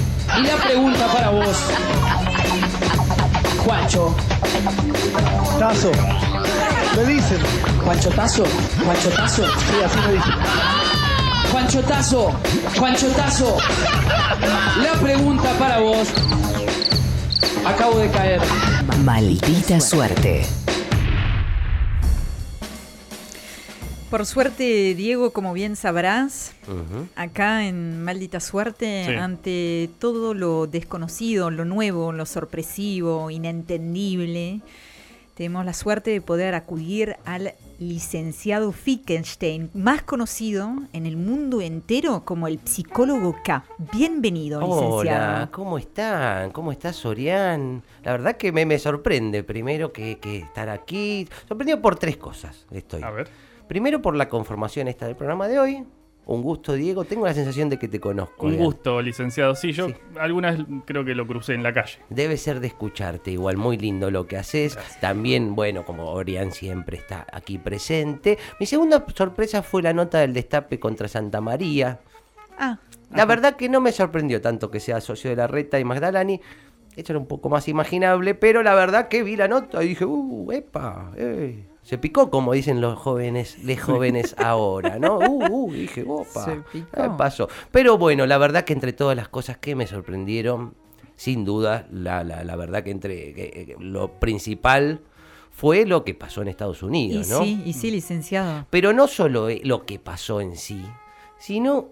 Y la pregunta para vos, Juancho, Tazo. Me dicen. Juanchotazo, Juanchotazo, Sí, así me dicen. Juanchotazo, Juanchotazo. La pregunta para vos. Acabo de caer. Maldita suerte. Por suerte, Diego, como bien sabrás, acá en Maldita Suerte, Sí. ante todo lo desconocido, lo nuevo, lo sorpresivo, inentendible, tenemos la suerte de poder acudir al licenciado Fickenstein, más conocido en el mundo entero como el psicólogo K. Bienvenido, Hola, licenciado. ¿cómo están? ¿Cómo está Sorian? La verdad que me, me sorprende primero que, que estar aquí. Sorprendido por tres cosas estoy. A ver. Primero por la conformación esta del programa de hoy. Un gusto, Diego. Tengo la sensación de que te conozco. Un Adrián. gusto, licenciado. Sí, yo Sí. algunas creo que lo crucé en la calle. Debe ser de escucharte, igual muy lindo lo que haces. También, bueno, como Orián siempre está aquí presente. Mi segunda sorpresa fue la nota del destape contra Santa María. Ah, La verdad que no me sorprendió tanto que sea socio de la reta y Magdalani. Eso era un poco más imaginable, pero la verdad que vi la nota y dije, uh, epa, eh". Se picó, como dicen los jóvenes, de jóvenes ahora, ¿no? Uh, uh, dije, opa, Se picó. eh, pasó. Pero bueno, la verdad que entre todas las cosas que me sorprendieron, sin duda, la, la- la verdad que entre que- que- lo principal fue lo que pasó en Estados y Unidos, ¿no? sí, y sí, licenciado. Pero no solo eh, lo que pasó en sí, sino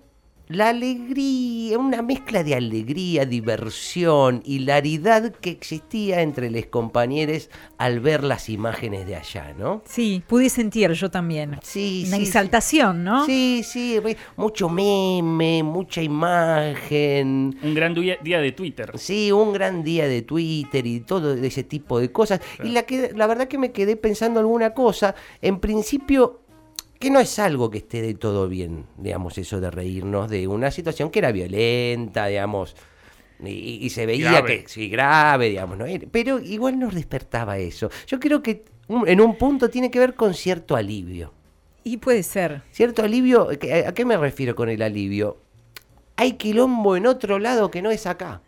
la alegría, una mezcla de alegría, diversión, hilaridad que existía entre los compañeros al ver las imágenes de allá, ¿no? Sí, pude sentir yo también. Sí, Una sí, sí. exaltación, ¿no? Sí, sí, re- mucho meme, mucha imagen. Un gran día día de Twitter. Sí, un gran día de Twitter y todo de ese tipo de cosas. Y la, que, la verdad que me quedé pensando alguna cosa. En principio, que no es algo que esté de todo bien, digamos, eso de reírnos de una situación que era violenta, digamos. Y, y se veía Grave. que, sí, grave, digamos, ¿no? Era- pero igual nos despertaba eso. Yo creo que un- en un punto tiene que ver con cierto alivio. Y puede ser. Cierto alivio, ¿qué- ¿a qué me refiero con el alivio? Hay quilombo en otro lado que no es acá.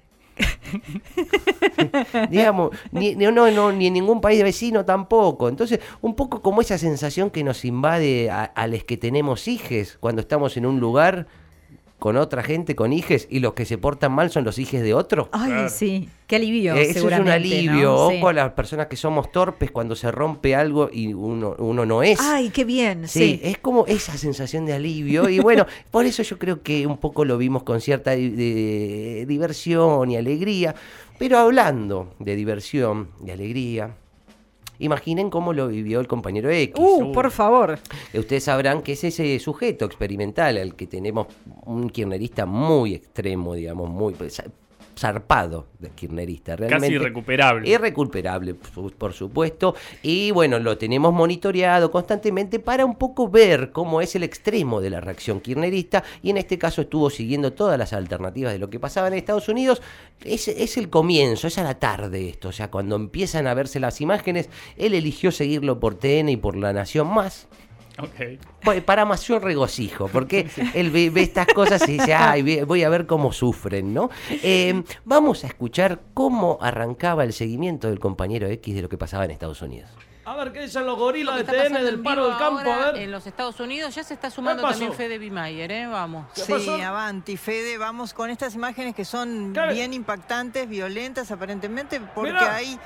Digamos, ni, ni- no, no, ni en ningún país vecino tampoco. Entonces, un poco como esa sensación que nos invade a, a los que tenemos hijes cuando estamos en un lugar con otra gente, con hijes, y los que se portan mal son los hijes de otro. Ay, Claro. sí, qué alivio. Eh, Eso es un seguramente, alivio. ¿no? Sí. Ojo a las personas que somos torpes cuando se rompe algo y uno, uno no es. Ay, qué bien, Sí, sí. Eh, es como esa sensación de alivio. Y bueno, por eso yo creo que un poco lo vimos con cierta di- de- diversión y alegría. Pero hablando de diversión y alegría, imaginen cómo lo vivió el compañero X. Uh, por favor. Eh, Ustedes sabrán que es ese sujeto experimental al que tenemos un kirnerista muy extremo, digamos, muy pues, zarpado de kirnerista. Realmente Casi irrecuperable. Irrecuperable, pu- por supuesto. Y bueno, lo tenemos monitoreado constantemente para un poco ver cómo es el extremo de la reacción kirnerista. Y en este caso estuvo siguiendo todas las alternativas de lo que pasaba en Estados Unidos. Es, es el comienzo, es a la tarde esto. O sea, cuando empiezan a verse las imágenes, él eligió seguirlo por TN y por La Nación Más. Ok. Pa- para mayor regocijo, porque él ve, ve estas cosas y dice, ay, ve- voy a ver cómo sufren, ¿no? Eh, vamos a escuchar cómo arrancaba el seguimiento del compañero X de lo que pasaba en Estados Unidos. A ver, ¿qué dicen los gorilas de está TN pasando del en paro vivo del campo? ahora A ver. En los Estados Unidos ya se está sumando pasó? también Fede Bimayer, ¿eh? Vamos. ¿Qué Sí, pasó? avanti, Fede, vamos con estas imágenes que son ¿Qué? bien impactantes, violentas aparentemente, porque Mirá. hay...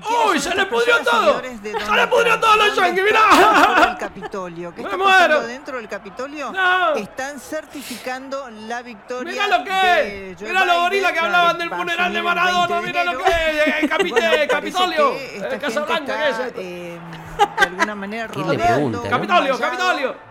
¡Uy, ¿quiénes son se le estas pudrió personas, todo! seguidores de ¡Se Donald le pudrió Trump? todo a los ¿Dónde yanquis, están? mirá! Dentro del Capitolio. ¿Qué ¡Me está muero! pasando dentro del Capitolio? ¡No! Están certificando la victoria Mirá lo que de es. Joe Mirá los Biden, gorilas que va- hablaban del va a funeral de asumir el 20 Maradona. de Mirá lo enero. que es. El capite- Bueno, parece Capitolio. que esta Eh, Casa gente Blanca, ¿qué es está, esto? eh, de alguna manera ¿Quién le rodeando pregunta, no? un Capitolio, vallado Capitolio.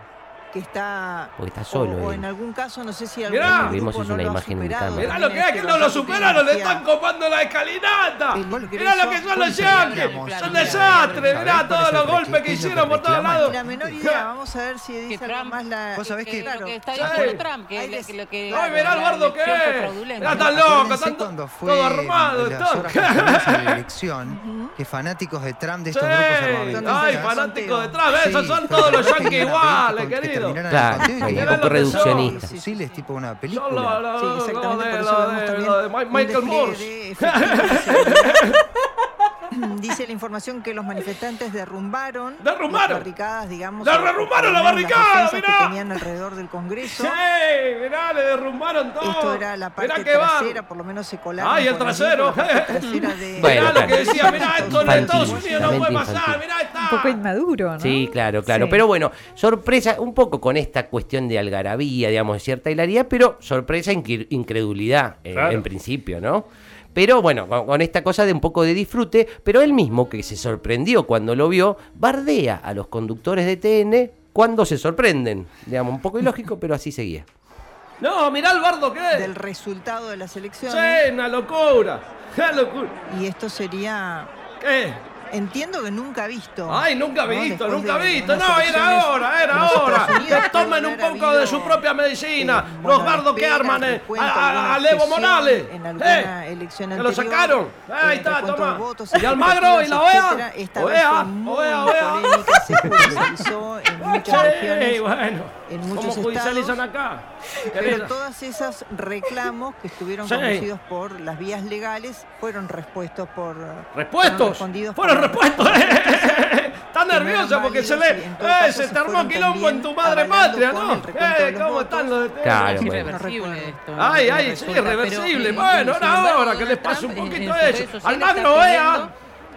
que está Porque está o- solo o, él. en algún caso no sé si Mirá. algún grupo Vimos es no una lo ha imagen en superado, cámara. Mirá también lo que es que no lo bastante superaron. Le están demasiado. copando la escalinata. El ingreso Mirá lo que son los contra yankees. Ramos. Son Mirá, desastres. mirá, Mirá mirá, todos mirá, los mirá, golpes que mirá, hicieron por todos reclaman. lados. la menor idea, vamos a ver si dice algo más la que- que claro. Lo que está Sí. diciendo Trump, que Ahí le- les- que lo que. Ay, mirá el bardo que elección fue es. fraudulenta. Mirá tan loco, Acuérdense tan cuando fue todo armado. las todo- horas posteriores a la elección que fanáticos de Trump de Sí, estos grupos armamentistas ay, Son fanáticos teos. detrás, esos Sí, son pero todos los la verdad que yankees la película iguales, con- que Unidos. terminaran el Claro, como partido y Llegan que poco los tesoro. reduccionista. Sí, sí, Sí, es tipo una Yo película. lo, lo- Sí, lo- exactamente, lo por de, eso lo vemos de- también lo de Ma- un Michael despliegue Morse. de efectivos. Dice la información que los manifestantes derrumbaron, Derrumbaron. las barricadas, digamos. ¡La derrumbaron la las barricada, defensas mirá! que tenían alrededor del Congreso. ¡Sí! Mirá, le derrumbaron todo. Esto era la parte mirá que va. trasera, por lo menos se colaron. Ah, y el por allí, trasero. por la parte trasera de- Bueno, mirá lo que decía, mirá, esto en Infantil, Estados Unidos no puede totalmente pasar, infantil. mirá, está. Un poco inmaduro, ¿no? Sí, claro, claro. Sí. Pero bueno, sorpresa un poco con esta cuestión de algarabía, digamos, de cierta hilaridad, pero sorpresa e incre- incredulidad eh, Claro. en principio, ¿no? Pero bueno, con con esta cosa de un poco de disfrute, pero él mismo que se sorprendió cuando lo vio, bardea a los conductores de TN cuando se sorprenden. Digamos, un poco ilógico, pero así seguía. No, mirá el bardo que es. del resultado de las elecciones. Sí, una locura. ¡Qué locura! Y esto sería, ¿Qué? entiendo que nunca visto. Ay, nunca ¿no? visto, Después nunca de visto. unas No, elecciones era ahora, en era los Estados ahora. Unidos, Que tomen un puede haber poco de habido, su propia medicina. eh, los bueno, bardos que espera, arman eh, recuento, a, a- alguna a Levo expresión Morales. En Eh, alguna elección que lo anterior, sacaron. Ahí eh, está, recuento de toma. votos, Y Almagro y la OEA. etcétera. Esta vez OEA, fue muy OEA, OEA. polémica, se judicializó en muchas Sí, regiones. bueno. en muchos ¿Cómo estados, judicializan acá? Pero todas esas reclamos que estuvieron Sí. conducidos por las vías legales fueron respuestos por fueron Respuestos. respondidos Fueron por- respuestos. Está que no nerviosa eran porque se le. válidos y en ¡Eh! todo caso Se se te armó fueron quilombo en tu también madre avalando patria, con ¿no? el recuento de ¡Eh! los ¿Cómo votos. están los de Es Claro, bueno. No irreversible recuerdo. esto. Ay, no ay, sí, resulta, es pero, reversible. eh, Bueno, sin ahora, embargo, ahora, que Donald les pase un Trump en- poquito en a sus ellos. redes sociales Almagro, está vea. pidiendo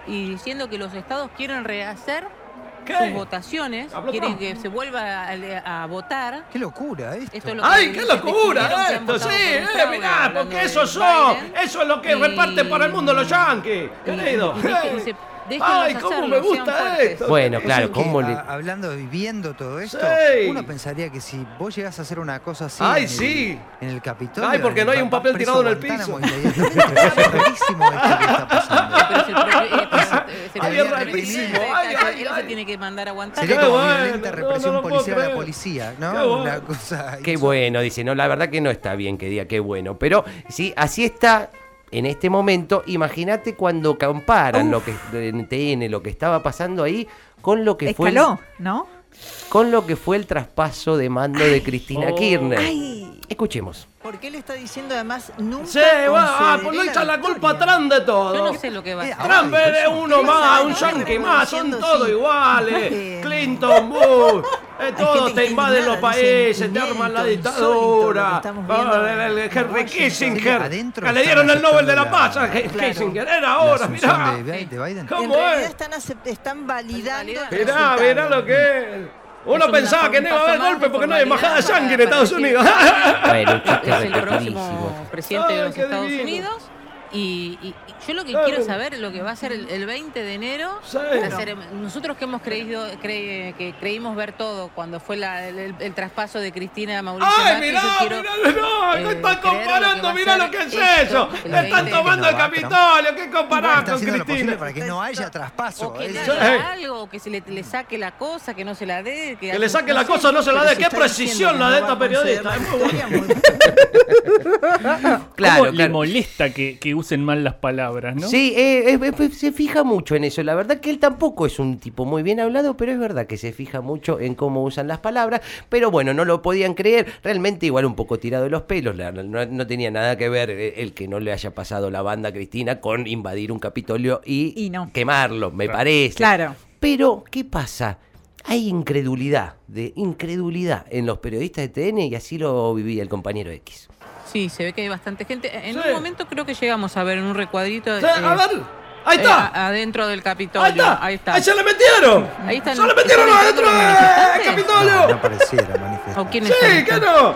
Y diciendo que los estados quieren rehacer ¿Qué? sus votaciones, Habló quieren Trump. que se vuelva a, a votar. Qué locura esto. Esto es lo que ¡Ay, les qué dijeron que locura han esto! votado Sí, por eh, fraude, mirá, hablando porque de eso son, Biden. eso es lo que Y- reparten para el mundo los yanquis, y- querido. y deje- Eh. dice, déjenlos ¡Ay, cómo hacerlo, me sean gusta fuertes. esto! Bueno, Vos claro, sabés que, ¿cómo le.? a- Ah, hablando, viviendo todo esto, Sí. uno pensaría que si vos llegás a hacer una cosa así. Ay, en el- sí. En el Capitolio. Ay, porque en- no hay un va- va papel preso tirado en el Guantánamo piso. inmediatamente. Es rarísimo esto que está pasando. Pero se- eh, pues, eh, se Ay, lo- es rarísimo. Ay, ay, Él se ay. tiene que mandar a aguantar. Sería Qué como bueno, violenta no, represión no lo puedo policial a la creer. policía, Qué ¿no? bueno. Una cosa. Qué bueno, dice, no, la verdad que no está bien que diga qué bueno, pero sí, así está en este momento. Imagínate cuando comparan lo que en TN, lo que estaba pasando ahí con lo que Escaló, fue ¿no? el, con lo que fue el traspaso de mando de Cristina Oh. Kirchner. Ay. Escuchemos. Porque él está diciendo además nunca. Sí, bueno, ah, concederé pues lo echan la culpa a victoria. Trump de todo. Yo no sé Eh, lo que va a hacer. Trump Ay, es uno ¿qué pasa? más, un Estamos yankee más, son reconociendo, todos sí. iguales. Eh, Clinton, Bush, eh, todos gente te invaden los indignada, dicen, países, te inédito, arman la insólito lo que dictadura. estamos viendo Ah, el- el- el en Henry Washington. Kissinger, Adentro que le dieron están el Nobel de la Paz aceptando a la- He- Claro. Kissinger. Era La ahora, asunción mirá. de Bi- de Biden. ¿Cómo En realidad es? están, acep- están validando. el Mirá, resultado. mirá lo que es. Uno una pensaba forma- que no iba a haber paso más golpe de porque no hay embajada formalidad yankee para- en para Estados decir- Unidos. Bueno, un chiste es el repetidísimo. próximo presidente de Ay, los Ah, qué Estados divino. Unidos. Y, y- y yo lo que Ay. quiero saber es lo que va a ser el, el 20 de enero. Sí. la cerem- nosotros que hemos creído, cre- que creímos ver todo cuando fue la- el, el- el traspaso de Cristina a Mauricio ¡Ay, Macri, mirá, yo quiero- mirá, no! eh, ¿Qué están creer lo que comparando? va a mirá ser lo que es esto, eso. el Están 20 tomando el Que no va, Capitolio. ¿Qué comparás Está con haciendo lo posible Cristina? para que no haya O traspaso. que ¿eh? le Sí. haga algo, que se le, le saque la cosa, que no se la dé. Que le saque la cosa, no se la Pero dé. si ¡Qué está precisión diciendo la que de no esta va a periodista! conceder la Es muy buena. victoria, muy- Claro, ¿Cómo le claro. molesta que, que usen mal las palabras, no? Sí, eh, eh, eh, se fija mucho en eso. La verdad que él tampoco es un tipo muy bien hablado, pero es verdad que se fija mucho en cómo usan las palabras. Pero bueno, no lo podían creer. Realmente igual un poco tirado de los pelos. La- No, no tenía nada que ver eh, el que no le haya pasado la banda a Cristina con invadir un Capitolio y, Y no. quemarlo, me parece. Claro. Pero, ¿qué pasa? Hay incredulidad, de incredulidad en los periodistas de TN y así lo vivía el compañero X. Sí, se ve que hay bastante gente. En Sí. un momento creo que llegamos a ver en un recuadrito. Sí, A eh, ver, ahí eh, está. a- adentro del Capitolio. Ahí está. Ahí está. Ahí se le metieron. Ahí están- Se le metieron ¿están adentro entrando los del manifestantes? No, Capitolio. no pareciera manifestar. ¿O quién es? este? Sí, que no.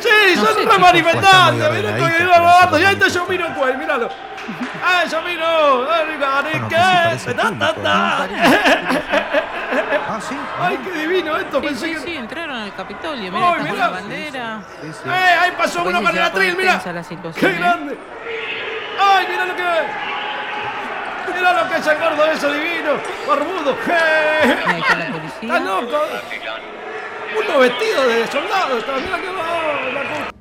Sí, No sé, son re chicos, manifestantes. están muy este Mirá ordenaditos, que pero son Y ahí está manifestantes. Yomiro Cuel, míralo. ¡Ah, Yomiro! Bueno, pues sí ¡Enrique! parece ¡Ta, ta, público, ta! Ah, sí. ¡Ay, qué divino esto! Sí, Pensé sí, que. sí, entraron al Capitolio. Pues Ay, Mira, está con mirá. la bandera. Sí, sí. ¡Eh! Ahí pasó Hoy uno se con el lleva atril, como mira. tensa la situación, ¡Qué ¿eh? grande! ¡Ay, mira lo que es! Mira lo que es el gordo ese divino, barbudo. ¡Eh! Ahí está la ¡Está policía. loco! Uno vestido de soldado, está, mira que va la cu-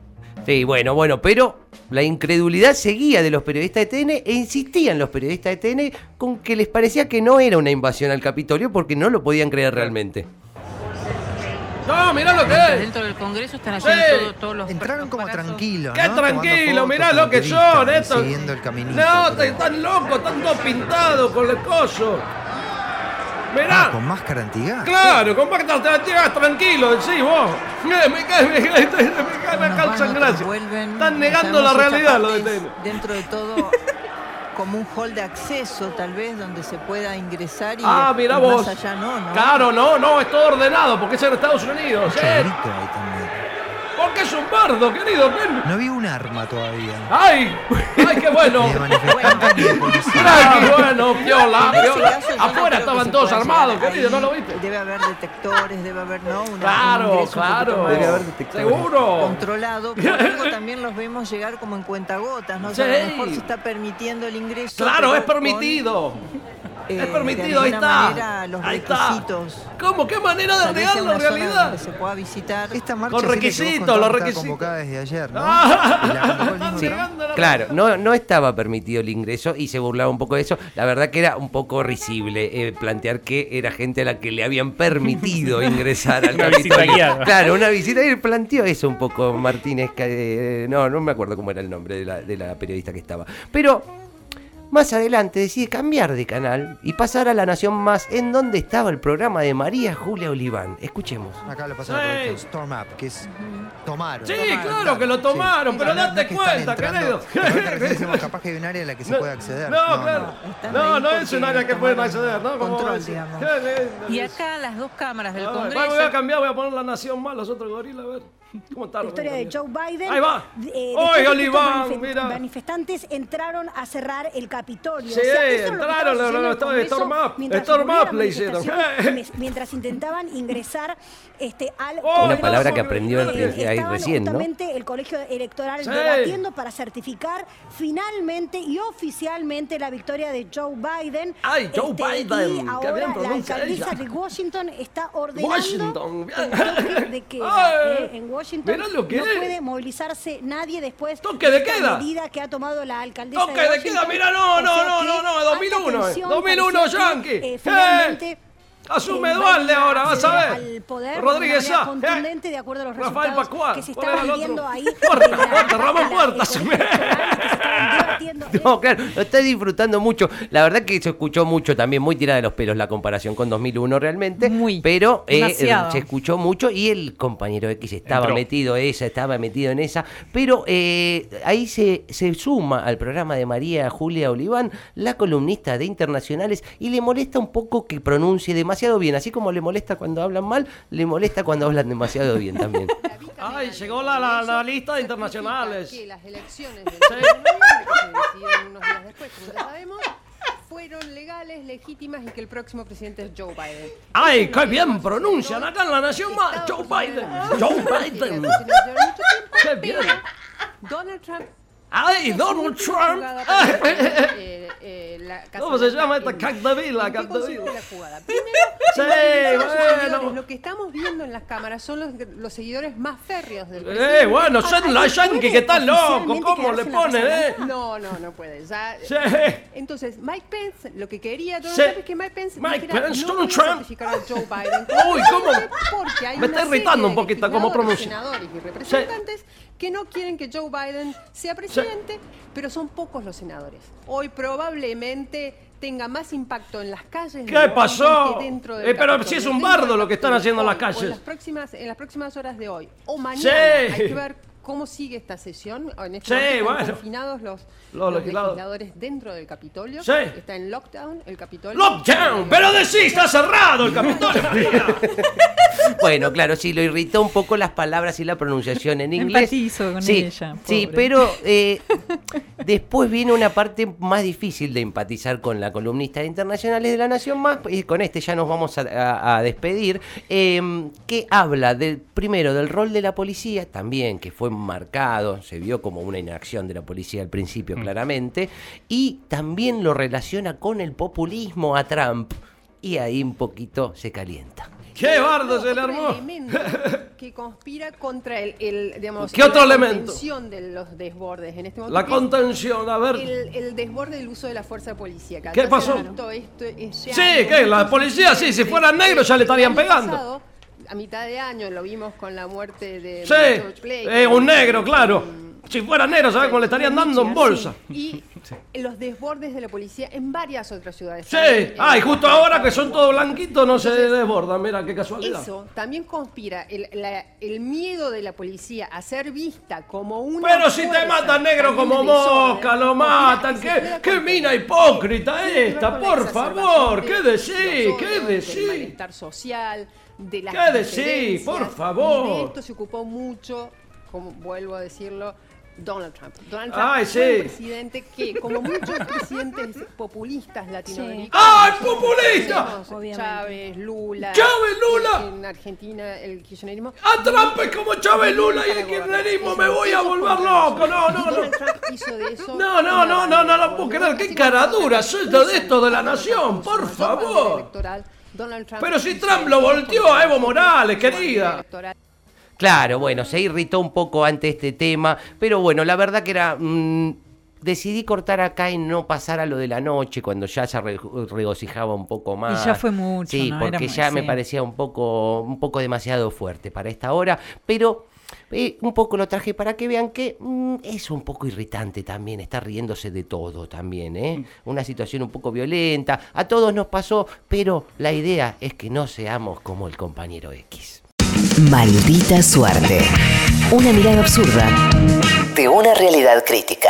Sí, bueno, bueno, pero la incredulidad seguía de los periodistas de TN e insistían los periodistas de TN con que les parecía que no era una invasión al Capitolio porque no lo podían creer realmente. No, mirá lo que Mientras es. Dentro del Congreso están Sí. haciendo todo- todos los Entraron como paparazos. tranquilos. Qué ¿no? tranquilo, Tomando mirá fotos lo que con turistas, son estos. Siguiendo el caminito. No, pero- te- están locos, están todos pintados con el coso. Ah, Mirá. con máscara antigada. Claro, compacta alternativas, tranquilo, sí, vos. Eh, Me cae, me cae, me cae, me Unos van, causan otros gracia. vuelven, Están no negando la sabemos si realidad capaz los de que es TN. Dentro de todo, como un hall de acceso, tal vez, donde se pueda ingresar y, Ah, de- mirá y vos. más allá no, ¿no? Claro, no, no, es todo ordenado, porque es en Estados Unidos. Mucho eh, grito ahí también. porque es un bardo, querido. ven. No vi un arma todavía. ¡Ay! ¡Ay, qué bueno! Ni de manifestante ni de policía. Tranqui, bueno, piola, En ese piola. caso, yo no creo que Afuera estaban se todos pueda armados, llegar querido, ahí. ¿no lo viste? Debe haber detectores, debe haber, ¿no? Una- un Claro, ingreso un poquito claro. más Debe haber detectores. Seguro. controlado, pero luego también los vemos llegar como en cuentagotas, ¿no? O sea, a Sí. lo mejor se está permitiendo el ingreso. Claro, pero es con, permitido. eh, Es de permitido, ahí alguna está. manera, los Ahí está. requisitos. ¿Cómo? ¿Qué manera de Tal vez sea negar la una zona realidad? donde se pueda visitar. Esta marcha Con sí la que vos requisitos, contabas los estaba requisitos. convocada desde ayer, ¿no? Y la convocó el Están mismo Trump. llegando a Ah. la Claro, no, no estaba permitido el ingreso y se burlaba un poco de eso. La verdad que era un poco risible eh, plantear que era gente a la que le habían permitido ingresar al Una visita Capitolio. guiada. Claro, una visita y él planteó eso un poco Martínez. que, eh, no, no me acuerdo cómo era el nombre de la, de la periodista que estaba. Pero más adelante decide cambiar de canal y pasar a La Nación Más, en donde estaba el programa de María Julia Oliván. Escuchemos. Acá lo pasaron Sí. por ejemplo, Storm Up, que es tomaron. Sí, Tomaron, claro que lo sí. tomaron, pero No, no date es que están cuenta, entrando, querido. de repente decimos, capaz que hay un área a la que se puede acceder. No, claro. Están No, ahí no es un porque área que pueden tomaron acceder, ¿no? Como control, decís. digamos. Qué lindo, Y Luis. acá las dos cámaras del Ah, bueno, Congreso. voy a cambiar, voy a poner la nación más, los otros gorilas, a ver. ¿Cómo está? La historia de Joe Biden. Ahí va. Eh, después de ¡Oye, que Oliván! estos manif- Mira. Manifestantes entraron a cerrar el Capitolio. Sí, eso es lo que estaba entraron, lo- sucediendo lo- en el estaba de Congreso Storm Up, mientras Storm ocurría Up la le hicieron. manifestación, mes- Mientras intentaban ingresar este, al. Oh, Una palabra que no, aprendió no, al no, principio- ahí Estaban recién, ¿no? justamente el colegio electoral Sí. debatiendo para certificar finalmente y oficialmente la victoria de Joe Biden. Ay, Joe Biden, este, Y qué ahora bien la pronuncia alcaldesa ella. de Washington está ordenando Washington, bien. el toque de queda, Ay, ¿eh? en Washington mirá lo que no es. puede movilizarse nadie después Toque de esta queda. medida que ha tomado la alcaldesa Toque de de queda, Washington. mirá, no, O no, sea no, que no, no, alta 2001, eh, tensión, 2001 parecía que, Yankee. eh, finalmente, Eh, asume eh, Dualde Biden ahora, vas a accede ver. al poder Rodríguez de una Sá, eh. manera contundente de acuerdo a los Rafael resultados Pascual, que se ponele al estaban otro. viendo ahí. Puerta, en la- puerta, Ramón en la- Puerta, en el asume. electoral que se estaban debatiendo en No, claro, lo está disfrutando mucho. La verdad que se escuchó mucho también, muy tirada de los pelos la comparación con 2001 realmente. Muy, Pero eh, demasiado. se escuchó mucho y el compañero X estaba Entró. metido en esa, estaba metido en esa. Pero eh, ahí se, se suma al programa de María Julia Oliván, la columnista de Internacionales, y le molesta un poco que pronuncie demasiado bien. Así como le molesta cuando hablan mal, le molesta cuando hablan demasiado bien también. Ay, llegó la, la, la lista de internacionales. que las elecciones del Sí. 9 de noviembre, que se decidieron unos días después, como ya sabemos, fueron legales, legítimas y que el próximo presidente es Joe Biden. Ay, qué bien pronuncian acá en la nación más. Joe Biden. Joe Biden. Qué bien. Donald Trump Ay, Donald Trump. eh, eh, la casa ¿Cómo se blanca llama esta en- cactavila? ¿En qué consiste la jugada? Primero, Sí, los seguidores, bueno. lo que estamos viendo en las cámaras son los, los seguidores más férreos del presidente. Eh, bueno, son la Yankee que está loco. Oficialmente ¿Cómo quedarse le en la ponen, Casa eh? No, no, no puede. Ya, Sí. Entonces, Mike Pence, lo que quería Donald Sí. Trump es que Mike Pence Mike dijera, Pence, no voy Donald a Trump". certificar a Joe Biden. Uy, ¿cómo? Porque hay una Me está serie irritando de un poquito cómo legisladores, pronuncia. senadores y representantes que no quieren que Joe Biden sea presidente, pero son pocos los senadores. Hoy probablemente tenga más impacto en las calles de ¿Qué Washington pasó? que dentro del Eh, pero Capitolio. si es un Dentro del bardo lo que están Capitolio haciendo en las hoy, o calles. las próximas, en las próximas horas de hoy o mañana Sí. hay que ver cómo sigue esta sesión. En este Sí, momento están bueno. confinados los, Los los legisladores. legisladores dentro del Capitolio. Sí. Está en lockdown el Capitolio. Lockdown. Pero decí, está cerrado el Capitolio. María. Bueno, claro, sí, lo irritó un poco las palabras y la pronunciación en inglés. Empatizo con sí, ella, Sí, pobre. pero eh, después viene una parte más difícil de empatizar con la columnista de Internacionales de la Nación Más, y con este ya nos vamos a, a- a despedir, eh, que habla del primero del rol de la policía, también que fue marcado, se vio como una inacción de la policía al principio, claramente, y también lo relaciona con el populismo a Trump, y ahí un poquito se calienta. Qué bardo Otro se le armó. elemento que conspira contra el, el, digamos, ¿Qué otro la elemento? contención de los desbordes en este momento. La que es contención, a ver. el, el desborde del uso de la fuerza policíaca. ¿Qué Ya se pasó? levantó esto, es ya Sí, algo que la muy policía, sí, si consistente. fueran negros ya le estarían El este año pegando. pasado, a mitad de año lo vimos con la muerte de George Sí, Floyd. eh, un negro, claro. Si fuera negro, ¿sabes cómo le estarían dando en bolsa? Y los desbordes de la policía en varias otras ciudades. Sí, También, ay, eh, justo ahora que son todos blanquitos no se desbordan, mira qué casualidad. Eso también conspira el, la- el miedo de la policía a ser vista como una. Pero si te fuerza matan negro también como de desorden, mosca, lo conspira matan. que se ¿Qué, pueda qué mina hipócrita esta, por favor. ¿Qué decís? ¿Qué Del decís? malestar social, de las ¿Qué decís? diferencias, Por y de favor. esto se ocupó mucho, como vuelvo a decirlo, Donald Trump. Donald Trump Ay, fue sí. un presidente que, como muchos presidentes populistas latinoamericanos... ¡Ay, populista! tenemos Chávez, Lula... ¡Chávez, Lula! En Argentina, el kirchnerismo... Atrapen como Chávez Lula y el kirchnerismo, me voy a volver loco. No, no, no. Donald Trump hizo de eso... No, no, no, no, no lo puedo creer. ¡Qué caradura! Soy de esto de la nación, por favor. Electoral. Donald Trump Pero si Trump lo volteó a Evo Morales, querida. Claro, bueno, se irritó un poco ante este tema, pero bueno, la verdad que era... mm, decidí cortar acá y no pasar a lo de la noche, cuando ya se re- regocijaba un poco más. ya fue mucho, Sí, ¿no? porque Era muy- ya me sí. parecía un poco, un poco demasiado fuerte para esta hora, pero... eh, un poco lo traje para que vean que mm, es un poco irritante también, está riéndose de todo también, ¿eh? Mm. Una situación un poco violenta, a todos nos pasó, pero la idea es que no seamos como el compañero X. Maldita suerte. Una mirada absurda de una realidad crítica.